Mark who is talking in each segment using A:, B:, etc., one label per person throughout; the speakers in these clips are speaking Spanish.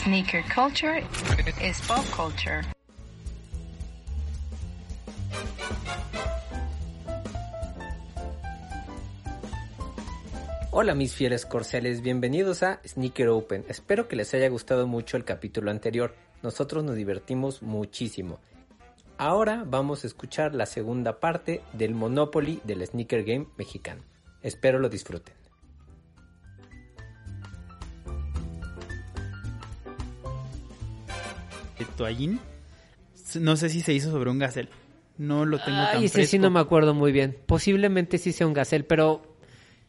A: Sneaker culture is pop culture.
B: Hola mis fieles corceles, bienvenidos a Sneaker Open. Espero que les haya gustado mucho el capítulo anterior. Nosotros nos divertimos muchísimo. Ahora vamos a escuchar la segunda parte del Monopoly del Sneaker Game mexicano. Espero lo disfruten.
C: de toallín. No sé si se hizo sobre un gasel. No lo tengo tan
D: Ay, ese sí
C: fresco.
D: no me acuerdo muy bien. Posiblemente sí sea un gasel, pero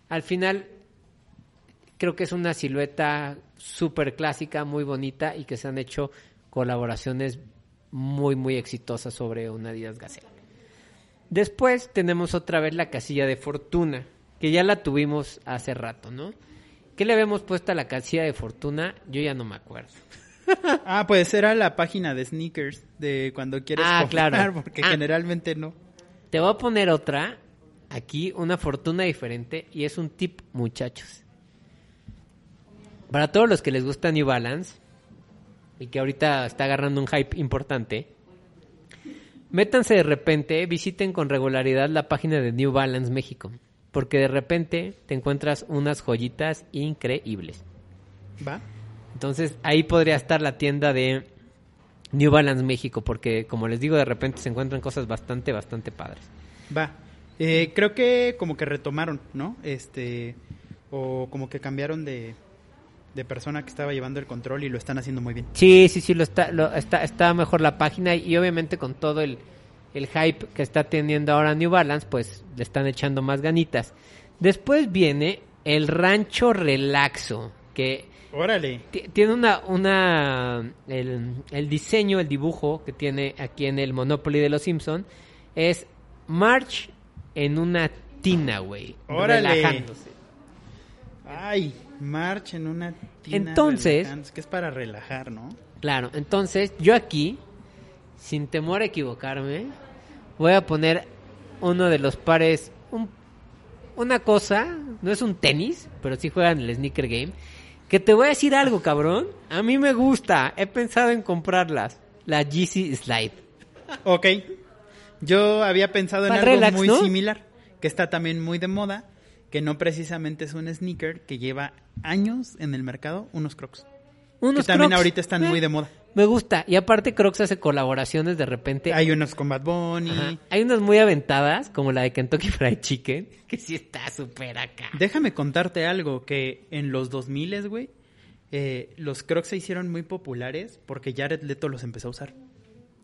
D: al final creo que es una silueta súper clásica, muy bonita y que se han hecho colaboraciones muy, muy exitosas sobre una Adidas Gacel. Después tenemos otra vez la casilla de fortuna, que ya la tuvimos hace rato, ¿no? ¿Qué le habíamos puesto a la casilla de fortuna? Yo ya no me acuerdo.
C: Ah, pues era la página de sneakers de cuando quieres
D: Ah,
C: comprar,
D: claro.
C: porque
D: Ah.
C: generalmente no.
D: Te voy a poner otra, aquí una fortuna diferente y es un tip, muchachos. Para todos los que les gusta New Balance y que ahorita está agarrando un hype importante, métanse de repente, visiten con regularidad la página de New Balance México, porque de repente te encuentras unas joyitas increíbles.
C: ¿Va?
D: Entonces ahí podría estar la tienda de New Balance México, porque como les digo, de repente se encuentran cosas bastante, bastante padres.
C: Va. Eh, creo que como que retomaron, ¿no? Este, o como que cambiaron de, de persona que estaba llevando el control y lo están haciendo muy bien.
D: Sí, sí, sí, lo está, lo- está, está mejor la página y obviamente con todo el, el hype que está teniendo ahora New Balance, pues le están echando más ganitas. Después viene el Rancho Relaxo, que
C: Órale.
D: ti- tiene una, una el, el diseño, el dibujo que tiene aquí en el Monopoly de los Simpson es March en una tina, güey,
C: Órale.
D: relajándose.
C: Ay, marcha en una tina
D: Entonces-
C: relajante, que es para relajar, ¿no?
D: Claro, entonces yo aquí, sin temor a equivocarme, voy a poner uno de los pares, un- una cosa, no es un tenis, pero sí juegan el sneaker game, que te voy a decir algo, cabrón, a mí me gusta, he pensado en comprarlas, la GC Slide.
C: Ok. Yo había pensado en
D: Para
C: algo
D: relax,
C: muy
D: ¿no?
C: similar, que está también muy de moda, que no precisamente es un sneaker, que lleva años en el mercado, unos crocs.
D: Unos
C: que también
D: Crocs,
C: ahorita están
D: eh,
C: muy de moda.
D: Me gusta, y aparte Crocs hace colaboraciones de repente.
C: Hay unos con Bad Bunny.
D: Ajá. Hay unas muy aventadas, como la de Kentucky Fried Chicken, que sí está súper acá.
C: Déjame contarte algo, que en los 2000, güey, eh, los crocs se hicieron muy populares porque Jared Leto los empezó a usar.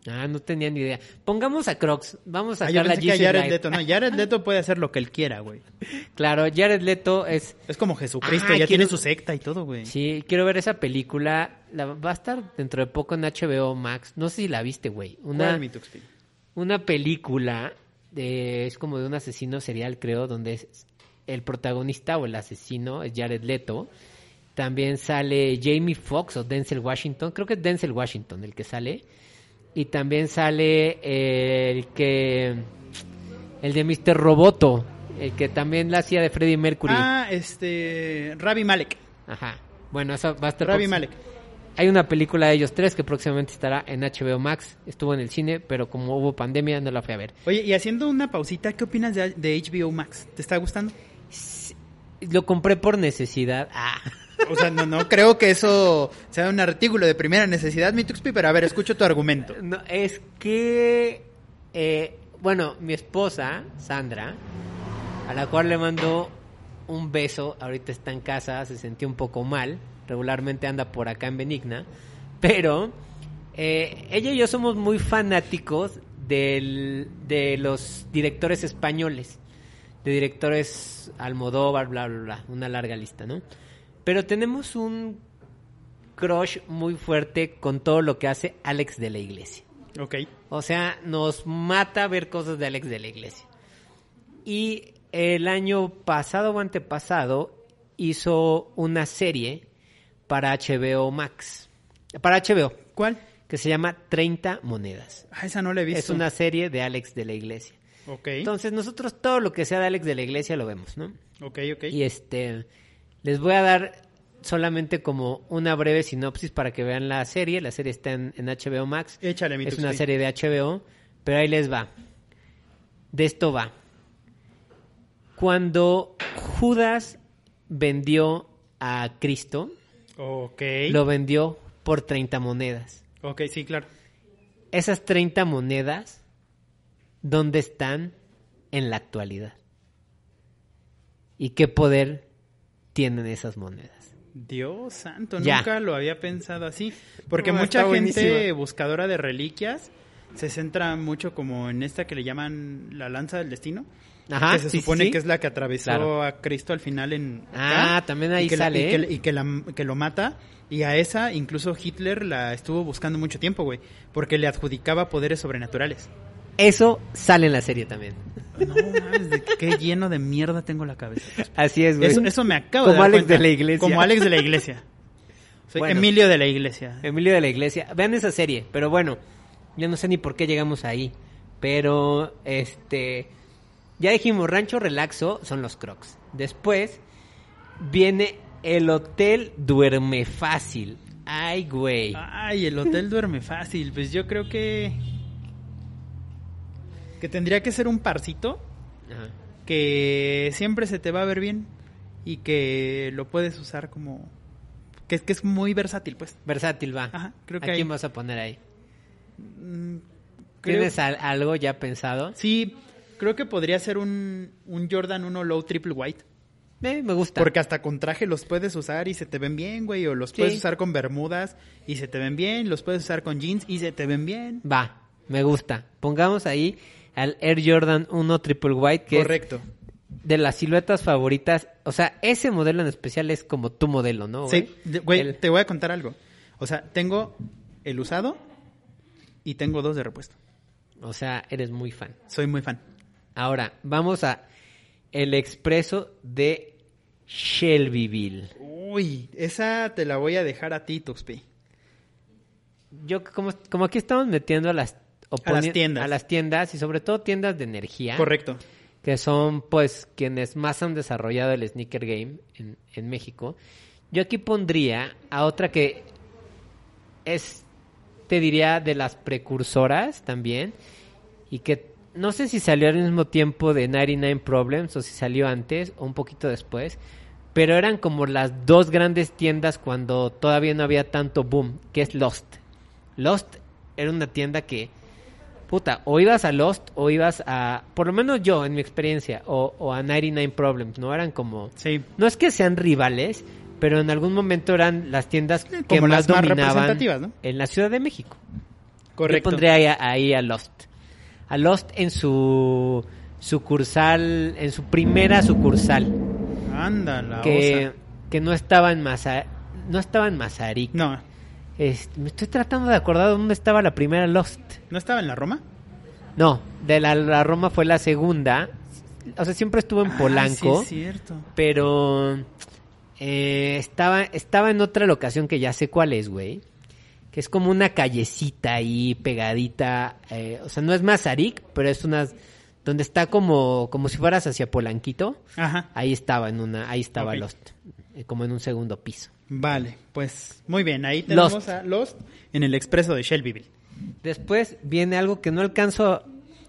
D: Ah, no tenía ni idea. Pongamos a Crocs. Vamos a
C: Ah, yo
D: sacar la
C: pensé que a
D: GC
C: Jared
D: Live.
C: Leto, no, Jared Leto puede hacer lo que él quiera, güey.
D: Claro, Jared Leto es...
C: Es como Jesucristo,
D: Ah,
C: ya tiene
D: quiero-
C: su secta y todo, güey.
D: Sí, quiero ver esa película. La... Va a estar dentro de poco en HBO Max. No sé si la viste, güey. Una,
C: ¿Cuál, mi Tuxpi?
D: una película de... es como de un asesino serial, creo, donde es- el protagonista o el asesino es Jared Leto. También sale Jamie Foxx o Denzel Washington. Creo que es Denzel Washington el que sale. Y también sale eh, el que... El de Mr. Roboto. El que también la hacía de Freddie Mercury.
C: Ah, este. Ravi Malek.
D: Ajá. Bueno, eso va a estar...
C: Ravi
D: próximo.
C: Malek.
D: Hay una película de ellos tres que próximamente estará en HBO Max. Estuvo en el cine, pero como hubo pandemia no la fui a ver.
C: Oye, y haciendo una pausita, ¿qué opinas de, de HBO Max? ¿Te está gustando?
D: Lo compré por necesidad. Ah.
C: O sea, no, no creo que eso sea un artículo de primera necesidad, mi Tuxpi, pero a ver, escucho tu argumento.
D: No, es que, eh, bueno, mi esposa, Sandra, a la cual le mando un beso, ahorita está en casa, se sentía un poco mal, regularmente anda por acá en Benigna, pero eh, ella y yo somos muy fanáticos del- de los directores españoles, de directores Almodóvar, bla, bla, bla, una larga lista, ¿no? Pero tenemos un crush muy fuerte con todo lo que hace Alex de la Iglesia.
C: Ok.
D: O sea, nos mata ver cosas de Alex de la Iglesia. Y el año pasado o antepasado hizo una serie para HBO Max. Para HBO,
C: ¿Cuál?
D: que se llama 30 monedas.
C: Ah, esa no la he visto.
D: Es una serie de Alex de la Iglesia.
C: Ok.
D: Entonces, nosotros todo lo que sea de Alex de la Iglesia lo vemos, ¿no?
C: ok, ok.
D: Y este, les voy a dar solamente como una breve sinopsis para que vean la serie. La serie está en, en HBO Max.
C: Échale, mi
D: es
C: Tuxtli.
D: una serie de HBO, pero ahí les va. De esto va. Cuando Judas vendió a Cristo,
C: Ok.
D: lo vendió por 30 monedas.
C: Ok, sí, claro.
D: Esas 30 monedas, ¿dónde están en la actualidad? ¿Y qué poder tienen esas monedas?
C: Dios santo,
D: Ya.
C: nunca lo había pensado así. Porque
D: No,
C: mucha
D: está
C: gente
D: buenísima.
C: buscadora de reliquias se centra mucho como en esta que le llaman la lanza del destino.
D: Ajá,
C: que se
D: Ah, sí, sí,
C: supone
D: sí.
C: que es la que atravesó
D: Claro.
C: a Cristo al final en...
D: Ah, también ahí
C: y que la-
D: sale,
C: y que-
D: ¿eh?
C: y que, la- que lo mata. Y a esa incluso Hitler la estuvo buscando mucho tiempo, güey. Porque le adjudicaba poderes sobrenaturales.
D: Eso sale en la serie también.
C: No mames, de qué lleno de mierda tengo la cabeza.
D: Así es, güey.
C: Eso, eso me acaba
D: Como
C: de dar
D: Alex
C: cuenta.
D: de la Iglesia.
C: Como Alex de la Iglesia. Soy
D: Bueno.
C: Emilio de la Iglesia.
D: Emilio de la Iglesia. Vean esa serie, pero bueno, yo no sé ni por qué llegamos ahí. Pero, este, ya dijimos, Rancho Relaxo son los Crocs. Después viene el Hotel Duerme Fácil. Ay, güey.
C: Ay, el hotel duerme fácil. Pues yo creo que. Que tendría que ser un parcito
D: Ajá.
C: que siempre se te va a ver bien y que lo puedes usar como. Que, es- que es muy versátil, pues.
D: Versátil va.
C: Ajá, creo que
D: ¿A
C: ahí.
D: quién vas a poner ahí?
C: Mm, creo-
D: ¿Tienes al- algo ya pensado?
C: Sí, creo que podría ser un, un Jordan 1 Low Triple White.
D: Eh, me gusta.
C: Porque hasta con traje los puedes usar y se te ven bien, güey. O los
D: Sí.
C: puedes usar con bermudas y se te ven bien. Los puedes usar con jeans y se te ven bien.
D: Va, me gusta. Pongamos ahí al Air Jordan 1 Triple White, que es
C: Correcto.
D: de las siluetas favoritas. O sea, ese modelo en especial es como tu modelo, ¿no? Güey?
C: Sí, de- güey,
D: El-
C: te voy a contar algo. O sea, tengo el usado y tengo dos de repuesto.
D: O sea, eres muy fan.
C: Soy muy fan.
D: Ahora, vamos a el expreso de Shelbyville.
C: Uy, esa te la voy a dejar a ti, Tuxpi.
D: Yo, como, como aquí estamos metiendo a las, o
C: A las
D: poni-
C: tiendas.
D: a las tiendas y sobre todo tiendas de energía.
C: Correcto.
D: que son pues quienes más han desarrollado el sneaker game en, en México. Yo aquí pondría a otra que es, te diría, de las precursoras también, y que no sé si salió al mismo tiempo de 99 Problems o si salió antes o un poquito después, pero eran como las dos grandes tiendas cuando todavía no había tanto boom, que es Lost. Lost era una tienda que puta, o ibas a Lost o ibas a, por lo menos yo en mi experiencia, o, o a 99 Problems, ¿no? Eran como,
C: Sí.
D: no es que sean rivales, pero en algún momento eran las tiendas que
C: Eh, como
D: más,
C: las más
D: dominaban
C: representativas, ¿no?
D: en la Ciudad de México.
C: Correcto.
D: Yo pondría ahí, a- ahí a Lost. A Lost en su sucursal, en su primera sucursal,
C: Ándala,
D: que,
C: osa.
D: que no estaba en Maza, no estaba en Mazarik.
C: No,
D: Este, me estoy tratando de acordar dónde estaba la primera Lost.
C: ¿no estaba en la Roma?
D: No, de la, la Roma fue la segunda. O sea, siempre estuvo en Polanco,
C: Ah, sí, es cierto.
D: pero eh, estaba, estaba en otra locación que ya sé cuál es, güey. Que es como una callecita ahí pegadita. eh, o sea, no es Mazarik, pero es unas donde está como, como si fueras hacia Polanquito.
C: Ajá.
D: Ahí estaba en una, ahí estaba
C: Ok.
D: Lost, eh, como en un segundo piso.
C: Vale, pues muy bien. Ahí tenemos
D: Lost.
C: a Lost en el expreso de Shelbyville.
D: Después viene algo que no alcanzo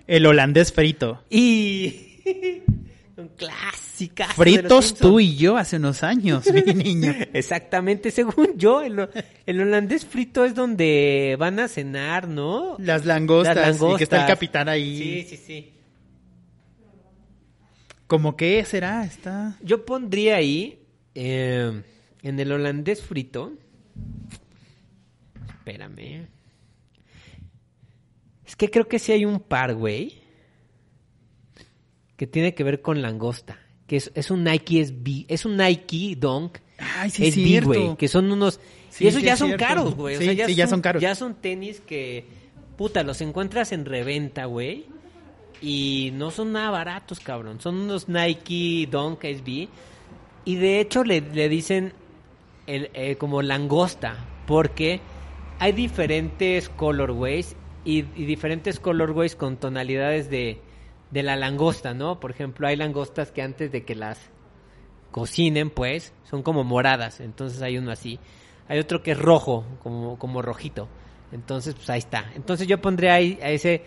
C: El holandés frito.
D: y un clásico.
C: Fritos tú y yo hace unos años, mi niño.
D: Exactamente, según yo, el, ho- el holandés frito es donde van a cenar, ¿no?
C: Las langostas,
D: Las
C: y que está el
D: langostas.
C: capitán ahí.
D: Sí, sí, sí.
C: Como que será, está.
D: Yo pondría ahí, eh, en el holandés frito. Espérame. Es que creo que sí hay un par, güey. Que tiene que ver con langosta. Que es, es un Nike SB, es un Nike Dunk
C: Ay, sí,
D: es
C: es cierto.
D: güey, que son unos...
C: Sí,
D: y esos
C: sí,
D: ya
C: es
D: son
C: cierto.
D: caros, güey. o
C: Sí,
D: sea, ya,
C: sí,
D: son,
C: ya son caros.
D: Ya son tenis que, puta, los encuentras en reventa, güey. Y no son nada baratos, cabrón. Son unos Nike Dunk SB. Y de hecho le, le dicen el- eh, como langosta, porque hay diferentes colorways y, y diferentes colorways con tonalidades de, de la langosta, ¿no? Por ejemplo, hay langostas que antes de que las cocinen, pues, son como moradas. Entonces hay uno así. Hay otro que es rojo, como, como rojito. Entonces, pues ahí está. Entonces yo pondré ahí a ese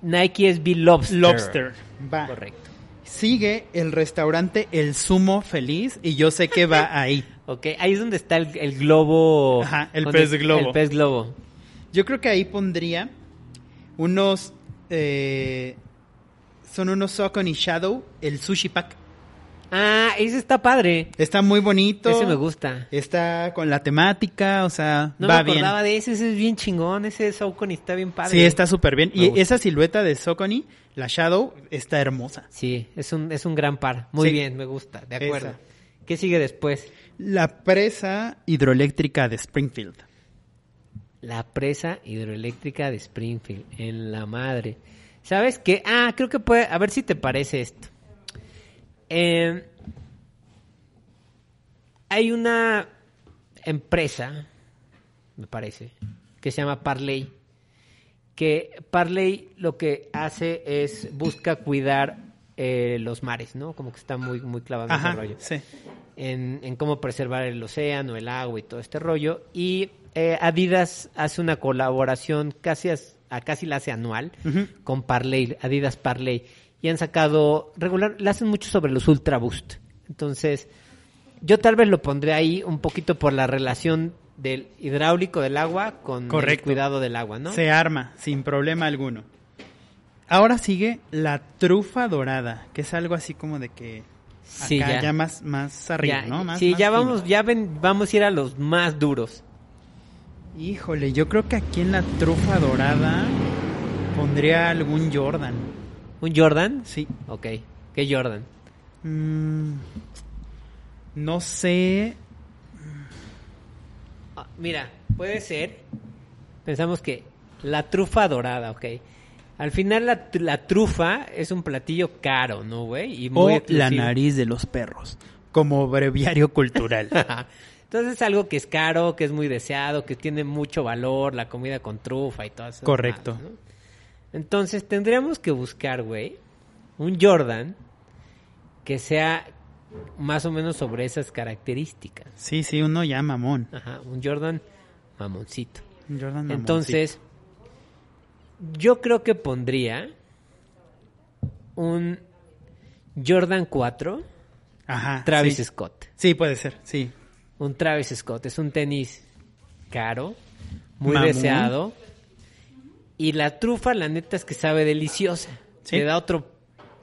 D: Nike SB Lobster.
C: Lobster. Va.
D: Correcto.
C: Sigue el restaurante El Sumo Feliz y yo sé que va ahí.
D: Ok, ahí es donde está el, el globo.
C: Ajá, el
D: donde-
C: pez globo.
D: El pez globo.
C: Yo creo que ahí pondría unos... eh, son unos Socon y Shadow, el sushi pack.
D: Ah, ese está padre.
C: Está muy bonito.
D: Ese me gusta.
C: Está con la temática, o sea,
D: No
C: va
D: me
C: bien.
D: acordaba de ese, ese es bien chingón, ese Saucony está bien padre.
C: Sí, está súper bien.
D: Me
C: Y
D: gusta.
C: esa silueta de Socony, la Shadow, está hermosa.
D: Sí, es un, es un gran par. Muy
C: Sí.
D: bien, me gusta, de acuerdo.
C: Esa.
D: ¿Qué sigue después?
C: La presa hidroeléctrica de Springfield.
D: La presa hidroeléctrica de Springfield, en la madre. ¿Sabes qué? Ah, creo que puede... A ver si te parece esto. Eh, hay una empresa, me parece, que se llama Parley. Que Parley lo que hace es busca cuidar eh, los mares, ¿no? Como que está muy, muy clavado en ese
C: Ajá,
D: rollo
C: sí.
D: en, en cómo preservar el océano, el agua y todo este rollo. Y eh, Adidas hace una colaboración casi as- a, casi la hace anual
C: Ujú.
D: con Parley, Adidas Parley. Y han sacado regular, la hacen mucho sobre los Ultra Boost. Entonces, yo tal vez lo pondré ahí un poquito por la relación del hidráulico del agua con el
C: Correcto.
D: cuidado del agua, ¿no?
C: Se arma, sin problema alguno. Ahora sigue la trufa dorada, que es algo así como de que acá
D: Sí,
C: ya.
D: ya.
C: más, más arriba,
D: Ya,
C: ¿no? Más-
D: sí,
C: más
D: ya
C: fino.
D: vamos, ya ven, vamos a ir a los más duros.
C: Híjole, yo creo que aquí en la trufa dorada pondría algún Jordan.
D: ¿Un Jordan?
C: Sí.
D: Ok, ¿qué Jordan?
C: Mm, no sé.
D: Ah, Mira, puede ser. Pensamos que la trufa dorada, ok. Al final la, tr- la trufa es un platillo caro, ¿no, güey? Y
C: O
D: muy
C: la
D: exclusivo.
C: nariz de los perros, como breviario cultural.
D: Entonces es algo que es caro, que es muy deseado, que tiene mucho valor, la comida con trufa y todo eso.
C: Correcto.
D: Entonces tendríamos que buscar, güey, un Jordan que sea más o menos sobre esas características.
C: sí, sí, uno ya mamón.
D: Ajá, un Jordan mamoncito.
C: Un Jordan mamón,
D: Entonces, yo creo que pondría un Jordan 4
C: sí. Ajá,
D: Travis
C: Ah, sí.
D: Scott.
C: Sí, puede ser, sí.
D: Un Travis Scott es un tenis caro, muy
C: Mamón.
D: deseado. Y la trufa, la neta, es que sabe deliciosa.
C: Sí.
D: Le da otro,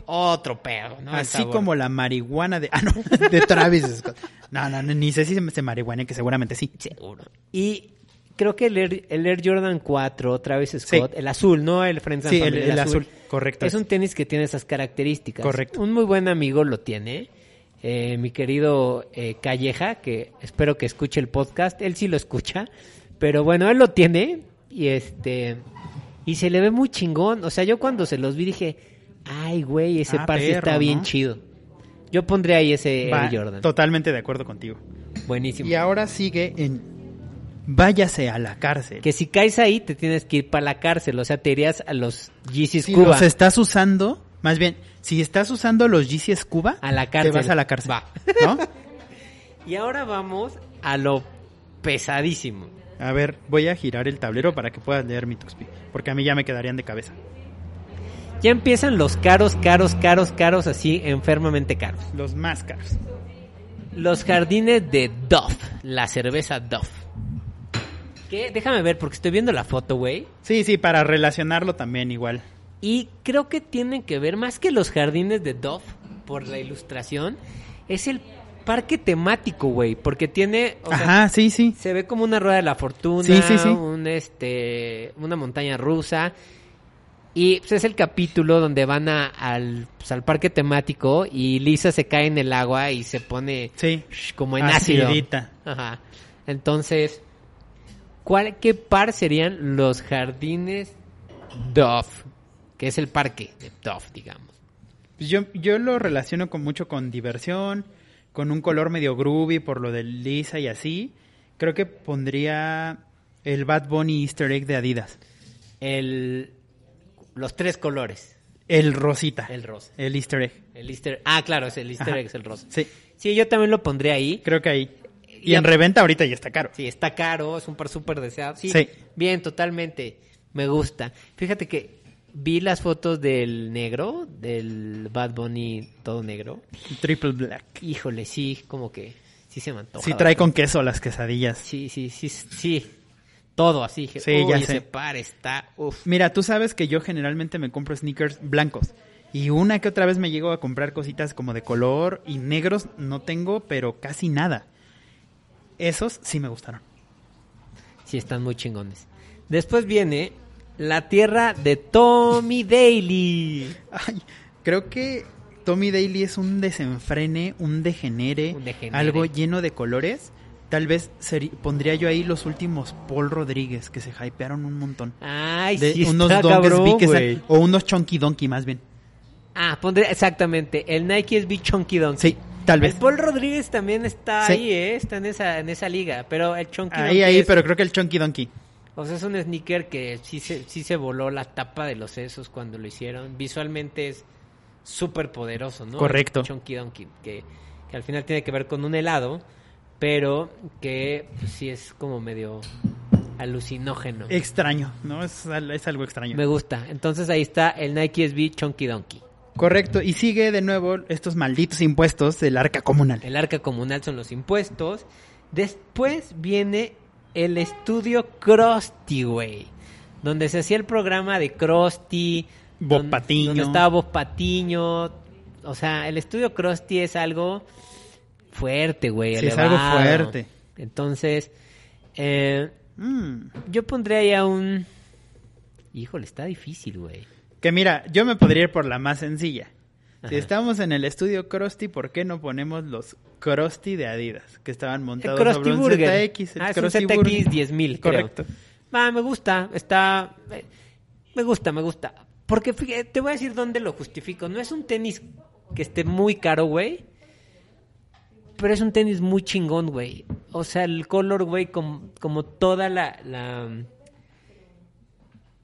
D: otro pedo, ¿no? El
C: Así
D: sabor.
C: como la marihuana de... Ah, no, de Travis Scott. No, no, no, ni sé si se, se marihuana, que seguramente sí.
D: Seguro. Y creo que el Air, el Air Jordan 4, Travis Scott, el azul, ¿no? El Friends and
C: Sí, el-
D: Family,
C: el azul, correcto.
D: Es un tenis que tiene esas características.
C: Correcto.
D: Un muy buen amigo lo tiene. eh, mi querido eh, Calleja, que espero que escuche el podcast. Él sí lo escucha. Pero bueno, él lo tiene. Y este. Y se le ve muy chingón. O sea, yo cuando se los vi dije. Ay, güey, ese
C: Ah,
D: par sí está
C: perro,
D: bien
C: ¿no?
D: chido. Yo pondré ahí ese
C: Va,
D: Air Jordan.
C: Totalmente de acuerdo contigo.
D: Buenísimo.
C: Y ahora sigue en... Váyase a la cárcel.
D: Que si caes ahí, te tienes que ir para la cárcel. O sea, te irías a los GCs
C: si
D: Cuba.
C: los estás usando, más bien, si estás usando los GCs Cuba,
D: A la cárcel.
C: te vas a la cárcel.
D: Va.
C: ¿No?
D: Y ahora vamos a lo pesadísimo.
C: A ver, voy a girar el tablero para que puedas leer mi Tuxpi, porque a mí ya me quedarían de cabeza.
D: Ya empiezan los caros, caros, caros, caros, así enfermamente caros.
C: Los más caros.
D: Los jardines de Duff, la cerveza Duff. Que déjame ver porque estoy viendo la foto, güey.
C: Sí, sí, para relacionarlo también igual.
D: Y creo que tienen que ver más que los jardines de Dove por la ilustración. Es el parque temático, güey, porque tiene, o sea,
C: Ajá, sí, sí.
D: Se ve como una rueda de la fortuna,
C: Sí, sí, sí.
D: un este, una montaña rusa. Y pues, es el capítulo donde van a- al, pues, al parque temático y Lisa se cae en el agua y se pone
C: Sí.
D: sh, como en ácido.
C: Acidita.
D: Ajá. Entonces, ¿cuál, ¿qué par serían los jardines Dove? Que es el parque de Dove, digamos.
C: Pues Yo, yo lo relaciono con mucho con diversión, con un color medio groovy por lo de Lisa y así. Creo que pondría el Bad Bunny Easter egg de Adidas.
D: El, los tres colores.
C: El rosita.
D: El rosa.
C: El Easter egg.
D: El Easter. Ah, claro, es el Easter
C: Ajá.
D: egg, es el rosa.
C: Sí.
D: Sí, yo también lo pondría ahí.
C: Creo que ahí. Y,
D: Y
C: en
D: a-
C: reventa ahorita ya está caro.
D: Sí, está caro, es un par súper deseado. Sí,
C: Sí.
D: Bien, totalmente. Me gusta. Fíjate que vi las fotos del negro, del Bad Bunny todo negro.
C: Triple black.
D: Híjole, sí, como que sí se me antoja.
C: Sí trae con queso las quesadillas.
D: Sí, sí, sí, sí. Todo así. dije,
C: Sí, ya
D: "Uy,
C: sé.
D: ese par está... Uf.
C: Mira, tú sabes que yo generalmente me compro sneakers blancos. Y una que otra vez me llego a comprar cositas como de color y negros no tengo, pero casi nada. Esos sí me gustaron.
D: Sí, están muy chingones. Después viene La Tierra de Tommy Daly.
C: Ay, creo que Tommy Daly es un desenfrene, un degenere,
D: Un degenere.
C: algo lleno de colores. Tal vez seri- pondría yo ahí los últimos Paul Rodríguez que se hypearon un montón.
D: Ay,
C: De
D: sí,
C: unos
D: está
C: Donkeys
D: cabrón,
C: B que
D: güey.
C: sal- o unos Chunky Donkey más bien.
D: Ah, pondré exactamente. El Nike es Big Chunky Donkey.
C: Sí, tal vez.
D: El Paul Rodríguez también está
C: Sí.
D: ahí, ¿eh? Está en esa, en esa liga. Pero el Chunky
C: Ahí,
D: Donkey
C: ahí,
D: es-
C: pero creo que el Chunky Donkey.
D: O sea, es un sneaker que sí se, sí se voló la tapa de los sesos cuando lo hicieron. Visualmente es súper poderoso, ¿no?
C: Correcto.
D: El Chunky Donkey, que, que al final tiene que ver con un helado, pero que pues, sí es como medio alucinógeno.
C: Extraño, ¿no? Es, al- es algo extraño.
D: Me gusta. Entonces ahí está el Nike SB Chunky Donkey.
C: Correcto, y sigue de nuevo estos malditos impuestos del arca comunal.
D: El arca comunal son los impuestos. Después viene el estudio Krusty, güey. Donde se hacía el programa de Krusty.
C: Bob
D: don-
C: Patiño.
D: Donde estaba Bob Patiño. O sea, el estudio Krusty es algo fuerte, güey.
C: Sí, es algo
D: elevado.
C: fuerte.
D: Entonces, eh,
C: Mm.
D: yo pondría ahí a un... Híjole, está difícil, güey.
C: Que mira, yo me podría ir por la más sencilla.
D: Ajá.
C: Si estamos en el estudio Krusty, ¿por qué no ponemos los Krusty de Adidas? Que estaban
D: El
C: montados
D: Krusty
C: sobre un
D: Burger.
C: ZX. el
D: ah, es un
C: Krusty
D: ZX
C: Burger.
D: 10000, creo.
C: Correcto.
D: Ah, me gusta, está... eh, Me gusta, me gusta. Porque fíjate, te voy a decir dónde lo justifico. No es un tenis que esté muy caro, güey. Pero es un tenis muy chingón, güey. O sea, el color, güey, com- como toda la... la...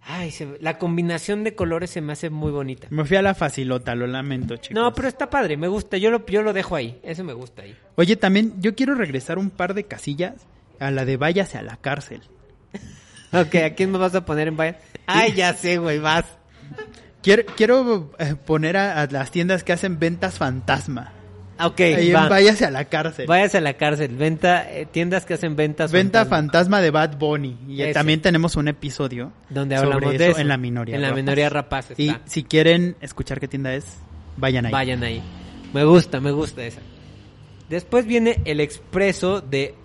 D: Ay, se- la combinación de colores se me hace muy bonita.
C: Me fui a la facilota, lo lamento, chicos.
D: No, pero está padre, me gusta. Yo lo, yo lo dejo ahí. Eso me gusta ahí.
C: Oye, también yo quiero regresar un par de casillas a la de váyase a la cárcel.
D: Ok, ¿a quién me vas a poner en Bayern? Ay, ya sé, güey, vas.
C: Quiero, quiero eh, poner a, a las tiendas que hacen ventas fantasma.
D: Ok,
C: Ahí en
D: va.
C: váyase a la cárcel.
D: Váyase a la cárcel. Venta, eh, tiendas que hacen ventas.
C: Venta fantasma.
D: fantasma,
C: de Bad Bunny. Y
D: Ese.
C: también tenemos un episodio
D: Donde
C: sobre
D: hablamos de
C: eso
D: eso.
C: en la minoría.
D: En la
C: rapaz.
D: minoría rapaz está.
C: Y si quieren escuchar qué tienda es, vayan ahí.
D: Vayan ahí. Me gusta, me gusta esa. Después viene el expreso de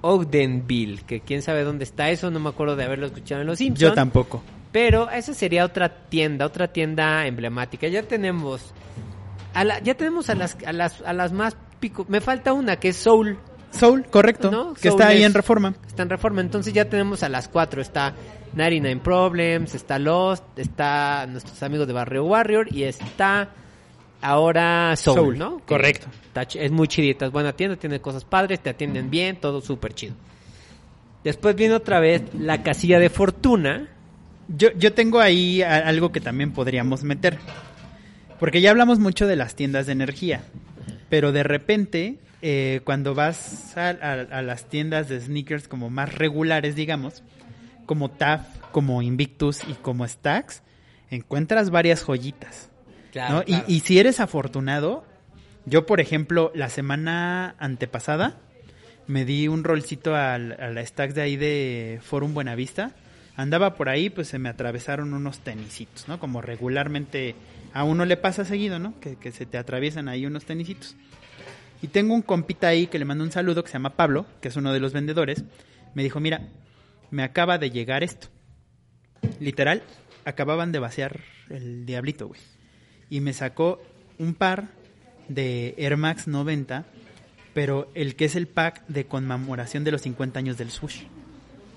D: Ogdenville, que quién sabe dónde está eso, no me acuerdo de haberlo escuchado en Los Simpsons.
C: Yo tampoco.
D: Pero esa sería otra tienda, otra tienda emblemática. Ya tenemos a la- ya tenemos a las a las a las más pico. Me falta una que es Soul.
C: Soul, correcto.
D: ¿No?
C: Que
D: Soul
C: está ahí
D: es-
C: en Reforma.
D: Está en Reforma, entonces ya tenemos a las cuatro. Está 99 Problems, está Lost, está nuestros amigos de Barrio Warrior y está ahora Soul,
C: Soul,
D: ¿no? Que
C: correcto.
D: está ch- es muy chidita, es buena tienda, tiene cosas padres, te atienden bien, todo súper chido. Después viene otra vez la casilla de fortuna.
C: Yo, yo tengo ahí a- algo que también podríamos meter. Porque ya hablamos mucho de las tiendas de energía. Pero de repente, eh, cuando vas a, a- a las tiendas de sneakers como más regulares, digamos, como TAF, como Invictus y como Stacks, encuentras varias joyitas. ¿no? Y- Y, si eres afortunado, yo por ejemplo, la semana antepasada me di un rolcito al- a la stack de ahí de Forum Buenavista. Andaba por ahí, pues se me atravesaron unos tenisitos, ¿no? Como regularmente a uno le pasa seguido, ¿no? Que, que se te atraviesan ahí unos tenisitos. Y tengo un compita ahí que le mando un saludo que se llama Pablo, que es uno de los vendedores. Me dijo, mira, me acaba de llegar esto. Literal, acababan de vaciar el diablito, güey y me sacó un par de Air Max 90, pero el que es el pack de conmemoración de los 50 años del sushi.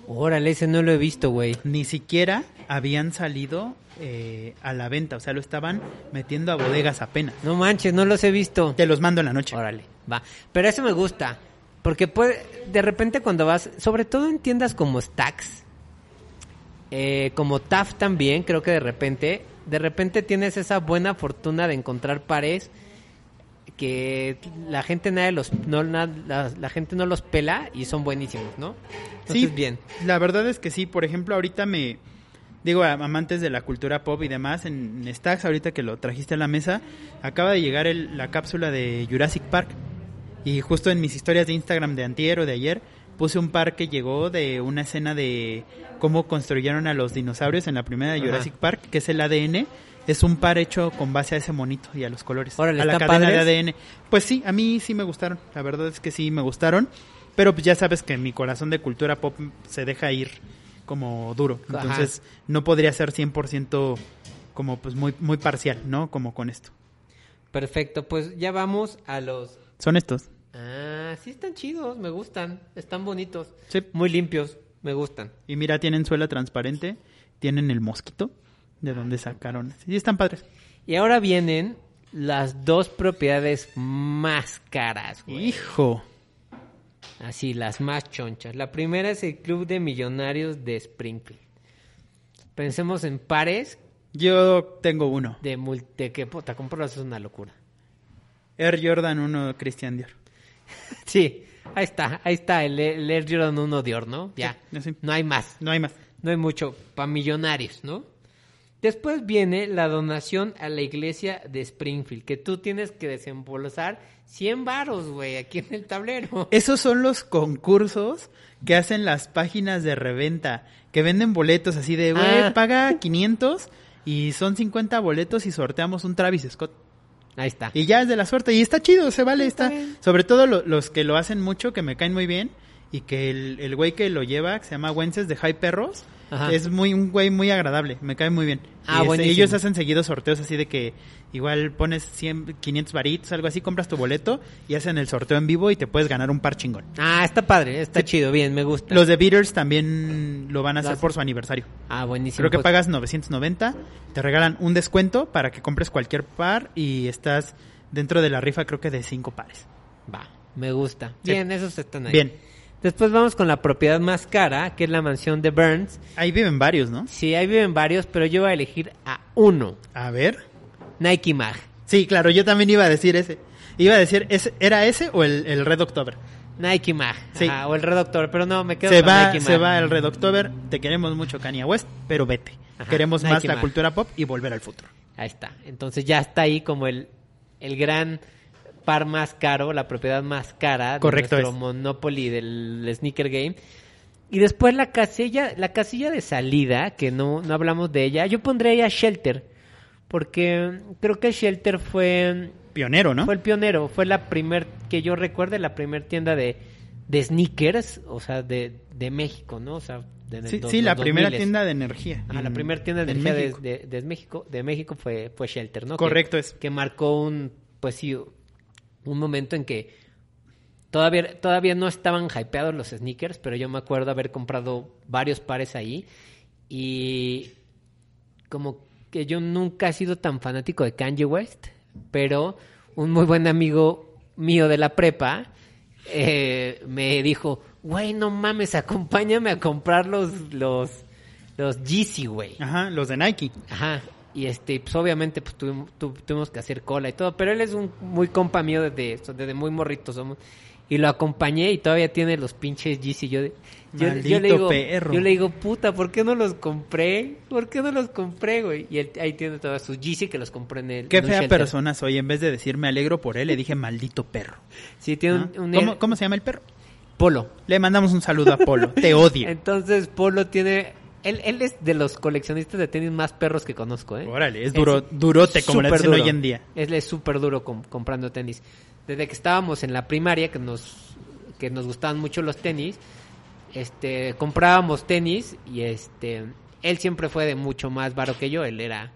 D: Órale, ese no lo he visto, güey.
C: Ni siquiera habían salido eh, a la venta, o sea, lo estaban metiendo a bodegas apenas.
D: No manches, no los he visto.
C: Te los mando en la noche.
D: Órale, va. Pero eso me gusta. Porque puede, de repente cuando vas, sobre todo en tiendas como Stacks, eh, como TAF también, creo que de repente, de repente tienes esa buena fortuna de encontrar pares que la gente nadie los no na- la, la gente no los pela y son buenísimos, ¿no? Entonces,
C: Sí,
D: bien.
C: La verdad es que sí, por ejemplo, ahorita me digo a- amantes de la cultura pop y demás en en Stacks, ahorita que lo trajiste a la mesa, acaba de llegar el- la cápsula de Jurassic Park y justo en mis historias de Instagram de antier o de ayer puse un par que llegó de una escena de cómo construyeron a los dinosaurios en la primera de
D: Ajá.
C: Jurassic Park, que es el ADN. Es un par hecho con base a ese monito y a los colores.
D: Órale,
C: a la
D: ¿están
C: cadena de
D: padres?
C: ADN. Pues sí, a mí sí me gustaron. La verdad es que sí me gustaron. Pero pues ya sabes que mi corazón de cultura pop se deja ir como duro.
D: Ajá.
C: Entonces no podría ser 100% como pues muy, muy parcial, ¿no? Como con esto.
D: Perfecto, pues ya vamos a los
C: Son estos.
D: Ah, sí están chidos, me gustan, están bonitos,
C: Sí.
D: muy limpios, me gustan.
C: Y mira, tienen suela transparente, tienen el mosquito de donde sacaron. Sí, están padres.
D: Y ahora vienen las dos propiedades más caras, güey.
C: Hijo.
D: Así, las más chonchas. La primera es el Club de Millonarios de Springfield. Pensemos en pares
C: Yo tengo uno.
D: de, mul- de que puta, comprarlos es una locura.
C: Air Jordan, uno Christian Dior.
D: Sí, ahí está, ahí está, el, el Air Jordan 1 de ¿no? Ya,
C: Sí, sí.
D: no hay más,
C: No hay más.
D: no hay mucho para millonarios, ¿no? Después viene la donación a la iglesia de Springfield, que tú tienes que desembolsar 100 varos, güey, aquí en el tablero.
C: Esos son los concursos que hacen las páginas de reventa, que venden boletos así de, güey,
D: Ah.
C: paga 500 y son 50 boletos y sorteamos un Travis Scott.
D: Ahí está.
C: Y ya es de la suerte. Y está chido, se vale.
D: Está
C: Está,
D: bien.
C: sobre todo lo- los que lo hacen mucho, que me caen muy bien. Y que el, el güey que lo lleva, que se llama Wences de High Perros,
D: Ajá.
C: es muy un güey muy agradable. Me cae muy bien. Y,
D: Ah,
C: este,
D: buenísimo.
C: ellos hacen seguidos sorteos así de que igual pones 100, 500 varitos, algo así, compras tu boleto y hacen el sorteo en vivo y te puedes ganar un par chingón.
D: Ah, está padre, está chido, bien, me gusta.
C: Los de Beatles también lo van a hacer
D: Las-
C: por su aniversario.
D: Ah, buenísimo.
C: Creo que
D: pues.
C: pagas 990, te regalan un descuento para que compres cualquier par y estás dentro de la rifa creo que de cinco pares.
D: Va, me gusta.
C: Sí.
D: Bien, esos están ahí.
C: Bien.
D: Después vamos con la propiedad más cara, que es la mansión de Burns.
C: Ahí viven varios, ¿no?
D: Sí, ahí viven varios, pero yo voy a elegir a uno.
C: A ver.
D: Nike Mag.
C: Sí, claro, yo también iba a decir ese. Iba a decir, ese, ¿era ese o el, el Red October?
D: Nike Mag.
C: Sí.
D: Ajá, o el Redoctor, pero no, me quedo
C: Se
D: con
C: va,
D: Nike Mag.
C: se va el Red October, te queremos mucho Kanye West, pero vete.
D: Ajá,
C: Queremos más
D: Nike
C: la
D: Mag.
C: cultura pop y volver al futuro.
D: Ahí está. Entonces ya está ahí como el, el gran par más caro, la propiedad más cara de
C: Correcto
D: nuestro
C: es.
D: Monopoly del Sneaker Game. Y después la casilla, la casilla de salida, que no, no hablamos de ella, yo pondría ahí a Shelter, porque creo que Shelter fue,
C: Pionero, ¿no?
D: fue el pionero, fue la primer, que yo recuerde, la primer tienda de, de sneakers, o sea, de, de México, ¿no? O sea, de en el
C: Sí,
D: dos-
C: sí, la
D: los
C: primera
D: 2000s.
C: tienda de energía.
D: Ah, la
C: en-
D: primera tienda de
C: Mm, en
D: energía de,
C: México.
D: de- de México, de México fue, fue Shelter, ¿no?
C: Correcto
D: Que-
C: es.
D: Que marcó un, pues sí, un momento en que todavía, todavía no estaban hypeados los sneakers, pero yo me acuerdo haber comprado varios pares ahí y como que yo nunca he sido tan fanático de Kanye West, pero un muy buen amigo mío de la prepa eh, me dijo, güey, no mames, acompáñame a comprar los, los, los Yeezy, güey.
C: Ajá, los de Nike.
D: Ajá. Y este, pues obviamente pues, tuvimos, tu- tuvimos que hacer cola y todo, pero él es un muy compa mío desde, eso, desde muy morrito somos. Y lo acompañé y todavía tiene los pinches Yeezy. Yo, de- yo, yo le
C: Maldito
D: digo,
C: perro.
D: yo le digo, puta, ¿por qué no los compré? ¿Por qué no los compré, güey? Y él ahí tiene todas sus Yeezy que los compré en el.
C: Qué
D: en un
C: fea
D: shelter.
C: persona soy. En vez de decir me alegro por él, le dije maldito perro.
D: Sí, tiene un,
C: ¿no?
D: un-
C: ¿Cómo, cómo se llama el perro?
D: Polo.
C: Le mandamos un saludo a Polo. Te odio.
D: Entonces, Polo tiene. Él, él es de los coleccionistas de tenis más perros que conozco, ¿eh?
C: Órale, es duro, durote como le
D: súper
C: dicen
D: duro.
C: hoy en día.
D: Él es súper duro com- comprando tenis. Desde que estábamos en la primaria, que nos, que nos gustaban mucho los tenis, este, comprábamos tenis y este, él siempre fue de mucho más baro que yo. Él era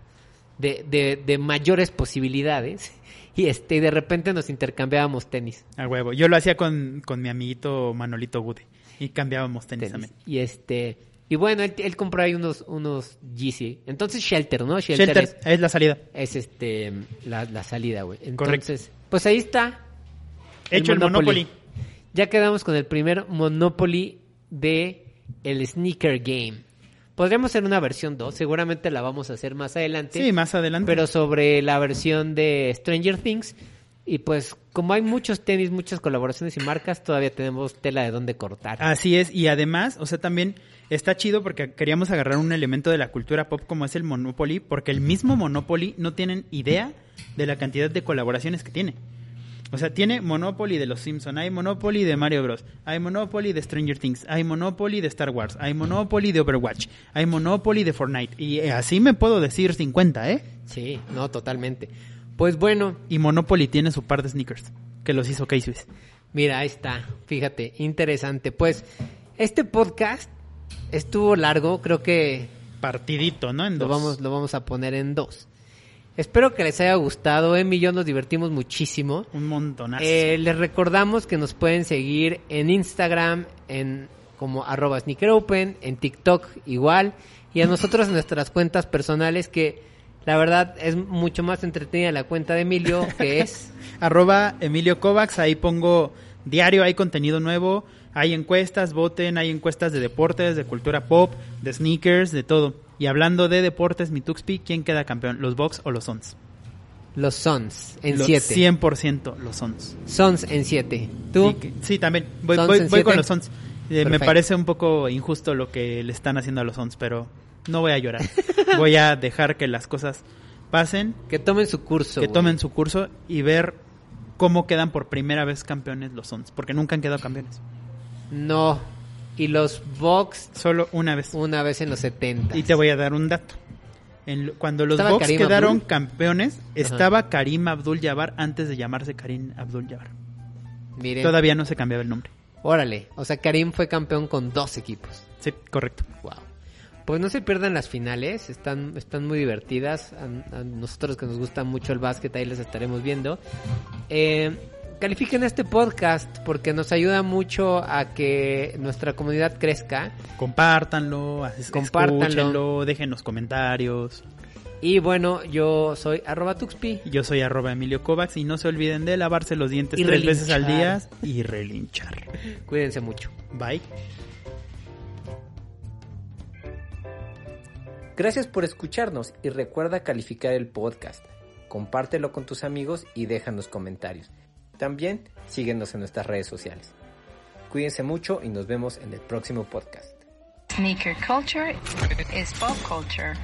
D: de, de, de mayores posibilidades y este, de repente nos intercambiábamos tenis.
C: A huevo. Yo lo hacía con, con mi amiguito Manolito Gude. Y cambiábamos tenis,
D: tenis.
C: también.
D: Y este, y bueno, él, él compró ahí unos, unos Yeezy. Entonces Shelter, ¿no? Shelter,
C: Shelter
D: es-
C: es, la salida.
D: es este la, la salida, güey.
C: Correcto.
D: Entonces, pues ahí está.
C: Hecho el Monopoly.
D: Ya quedamos con el primer Monopoly de el Sneaker Game. Podríamos hacer una versión 2, seguramente la vamos a hacer más adelante.
C: Sí, más adelante.
D: Pero sobre la versión de Stranger Things, Y pues como hay muchos tenis, muchas colaboraciones y marcas, todavía tenemos tela de dónde cortar.
C: Así es, y además, o sea, también está chido porque queríamos agarrar un elemento de la cultura pop como es el Monopoly, porque el mismo Monopoly no tienen idea de la cantidad de colaboraciones que tiene. O sea, tiene Monopoly de los Simpson, hay Monopoly de Mario Bros, hay Monopoly de Stranger Things, hay Monopoly de Star Wars, hay Monopoly de Overwatch, hay Monopoly de Fortnite y eh, así me puedo decir 50, ¿eh?
D: Sí, no, totalmente. Pues bueno,
C: Y Monopoly tiene su par de sneakers que los hizo K-Swiss.
D: Mira, ahí está. Fíjate, interesante. Pues este podcast estuvo largo, creo que
C: Partidito, ¿no? En
D: lo
C: dos.
D: vamos, lo vamos a poner en dos. Espero que les haya gustado, Emi y yo nos divertimos muchísimo.
C: Un montonazo.
D: Eh, les recordamos que nos pueden seguir en Instagram, en como arroba sneakeropen, en TikTok igual, y a nosotros en nuestras cuentas personales que la verdad es mucho más entretenida la cuenta de Emilio, que es
C: Arroba Emilio Kovacs, ahí pongo diario, hay contenido nuevo, hay encuestas, voten, hay encuestas de deportes, de cultura pop, de sneakers, de todo. Y hablando de deportes, mi Tuxpi, ¿quién queda campeón? ¿Los Bucks o los Suns?
D: Los Sons en
C: los
D: 7.
C: 100% los Suns.
D: Sons en 7. ¿Tú?
C: Sí, que- sí, también. Voy,
D: ¿Suns
C: voy-
D: en
C: voy con
D: siete?
C: los Suns. Eh, me
D: Perfecto.
C: parece un poco injusto lo que le están haciendo a los Suns, pero no voy a llorar. voy a dejar que las cosas pasen,
D: Que tomen su curso.
C: que
D: güey.
C: tomen su curso y ver cómo quedan por primera vez campeones los Suns, porque nunca han quedado campeones.
D: No. Y los Vox
C: Solo una vez.
D: una vez en los 70.
C: Y te voy a dar un dato. En lo- cuando los
D: Estaba
C: Bucks
D: Karim
C: quedaron
D: Abdul.
C: campeones, estaba Karim Abdul-Jabbar antes de llamarse Karim Abdul-Jabbar.
D: Miren.
C: Todavía no se cambiaba el nombre.
D: Órale. O sea, Karim fue campeón con dos equipos.
C: Sí, correcto.
D: Wow. Pues no se pierdan las finales, están, están muy divertidas. A, a nosotros que nos gusta mucho el básquet, ahí les estaremos viendo. Eh, califiquen este podcast porque nos ayuda mucho a que nuestra comunidad crezca.
C: Compártanlo, as-
D: Compártanlo.
C: escúchenlo, dejen los comentarios.
D: Y bueno, yo soy arroba tuxpi.
C: Yo soy arroba Emilio Kovacs y no se olviden de lavarse los dientes
D: Y
C: tres veces al día
D: relinchar.
C: y relinchar.
D: Cuídense mucho.
C: Bye.
B: Gracias por escucharnos y recuerda calificar el podcast. Compártelo con tus amigos y déjanos comentarios. También síguenos en nuestras redes sociales. Cuídense mucho y nos vemos en el próximo podcast.
A: Sneaker culture is pop culture.